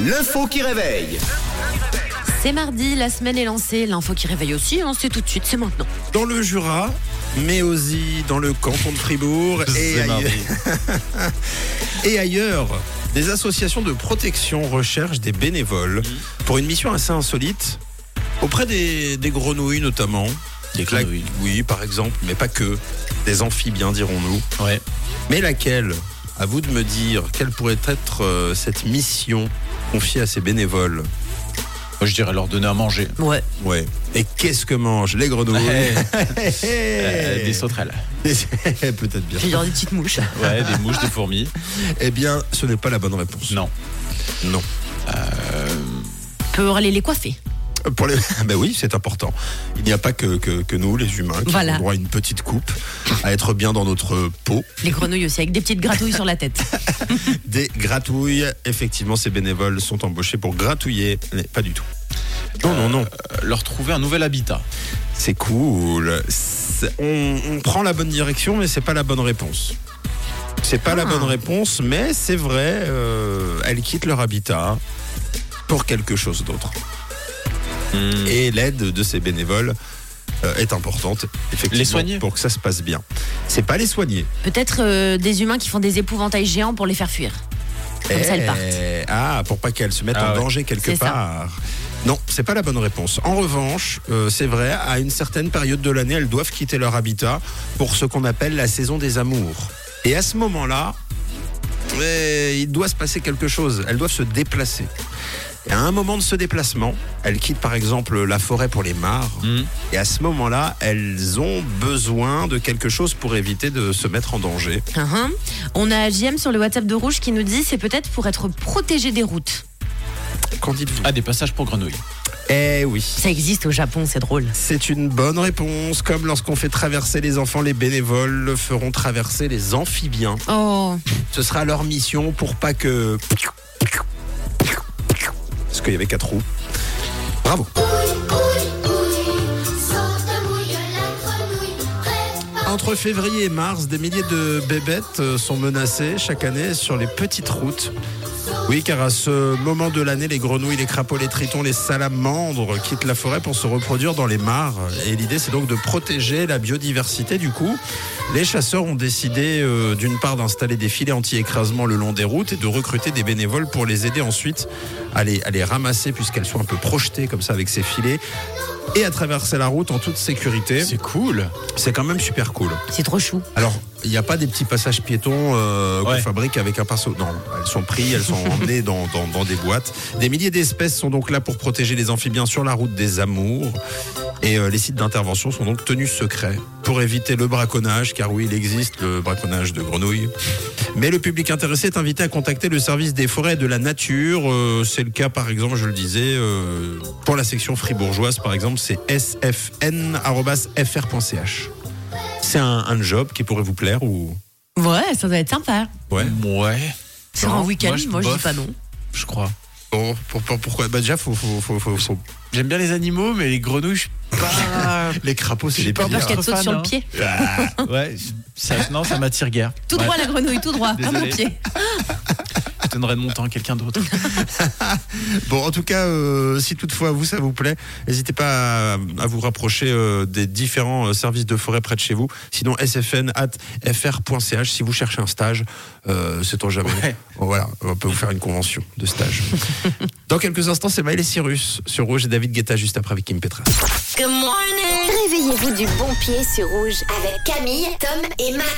L'info qui réveille. C'est mardi, la semaine est lancée, l'info qui réveille aussi, on sait tout de suite, c'est maintenant. dans le Jura, mais aussi dans le canton de Fribourg et, aille- et ailleurs. Des associations de protection recherchent des bénévoles pour une mission assez insolite auprès des, des grenouilles notamment. Des La- grenouilles. oui, par exemple, mais pas que. Des amphibiens, dirons-nous. Ouais. Mais laquelle À vous de me dire quelle pourrait être euh, cette mission confiée à ces bénévoles. Moi, je dirais leur donner à manger. Ouais. Ouais. Et qu'est-ce que mangent les grenouilles Eh. Euh, des sauterelles. Peut-être bien. J'ai genre des petites mouches. Ouais, des mouches, des fourmis. Eh bien, ce n'est pas la bonne réponse. Non. Non. Peut aller les coiffer. Pour les... Ben oui, c'est important. Il n'y a pas que, que, que nous, les humains, qui Voilà. avons droit à une petite coupe, à être bien dans notre peau. Les grenouilles aussi, avec des petites gratouilles sur la tête. Des gratouilles, effectivement, ces bénévoles sont embauchés pour gratouiller. Mais pas du tout. Non, non, non. Euh, leur trouver un nouvel habitat. C'est cool. C'est- On, on prend la bonne direction, mais c'est pas la bonne réponse. C'est pas la Ah. bonne réponse, mais c'est vrai, euh, elles quittent leur habitat pour quelque chose d'autre. Hmm. Et l'aide de ces bénévoles euh, est importante, effectivement, Les soigner pour que ça se passe bien. C'est pas les soigner. Peut-être euh, des humains qui font des épouvantails géants pour les faire fuir. Comme ça, elles partent. Eh, Ah, pour pas qu'elles se mettent Ah en ouais. danger quelque C'est ça. part. Non, c'est pas la bonne réponse. En revanche, euh, c'est vrai, à une certaine période de l'année, elles doivent quitter leur habitat pour ce qu'on appelle la saison des amours. Et à ce moment-là, eh, il doit se passer quelque chose. Elles doivent se déplacer. Et à un moment de ce déplacement, elles quittent par exemple la forêt pour les mares. Mhm. Et à ce moment-là, elles ont besoin de quelque chose pour éviter de se mettre en danger. Hein, hein. On a JM sur le WhatsApp de Rouge qui nous dit c'est peut-être pour être protégé des routes. Qu'en dites-vous Ah, des passages pour grenouilles. Eh oui. Ça existe au Japon, c'est drôle. C'est une bonne réponse. Comme lorsqu'on fait traverser les enfants, les bénévoles le feront traverser les amphibiens. Oh, Ce sera leur mission pour pas que. Parce qu'il y avait quatre roues. Bravo. Entre février et mars, des milliers de bébêtes euh, sont menacées chaque année sur les petites routes. Oui, car à ce moment de l'année, les grenouilles, les crapauds, les tritons, les salamandres quittent la forêt pour se reproduire dans les mares. Et l'idée, c'est donc de protéger la biodiversité. Du coup, les chasseurs ont décidé, euh, d'une part, d'installer des filets anti-écrasement le long des routes et de recruter des bénévoles pour les aider ensuite à les, à les ramasser puisqu'elles sont un peu projetées comme ça avec ces filets et à traverser la route en toute sécurité. C'est cool. C'est quand même super cool. c'est trop chou. Alors, il n'y a pas des petits passages piétons euh, qu'on Ouais. fabrique avec un pinceau. Non, elles sont prises, elles sont emmenées dans, dans- dans des boîtes. Des milliers d'espèces sont donc là pour protéger les amphibiens sur la route des amours. Et euh, les sites d'intervention sont donc tenus secrets pour éviter le braconnage, car oui, il existe le braconnage de grenouilles. Mais le public intéressé est invité à contacter le service des forêts et de la nature. Euh, c'est le cas, par exemple, je le disais, euh, pour la section fribourgeoise, par exemple, c'est sfn.fr.ch. C'est un, un job qui pourrait vous plaire ou. Ouais, ça doit être sympa. Ouais. Ouais. Sur Non, un week-end, moi, moi, je je dis bof. pas non. Je crois. Bon, pour- pour- pourquoi Bah, déjà, faut. faut, faut, faut- faut- J'aime bien les animaux, mais les grenouilles, je suis pas. Les crapauds, c'est J'ai les peur pires. Parce qu'elle saute fan, sur le hein. pied. ouais, ça, non, ça m'attire guère. Tout Ouais, droit la grenouille, tout droit, à mon Désolé. pied. Je donnerai de mon temps à quelqu'un d'autre. Bon, en tout cas, euh, si toutefois vous ça vous plaît, n'hésitez pas à, à vous rapprocher euh, des différents euh, services de forêt près de chez vous. Sinon, sfn@fr.ch si vous cherchez un stage, euh, sait-on jamais. Ouais. Voilà, on peut vous faire une convention de stage. Dans quelques instants, c'est Maël et Cyrus sur Rouge et David Guetta juste après avec Kim Petras. Réveillez-vous du bon pied sur rouge avec Camille, Tom et Matt.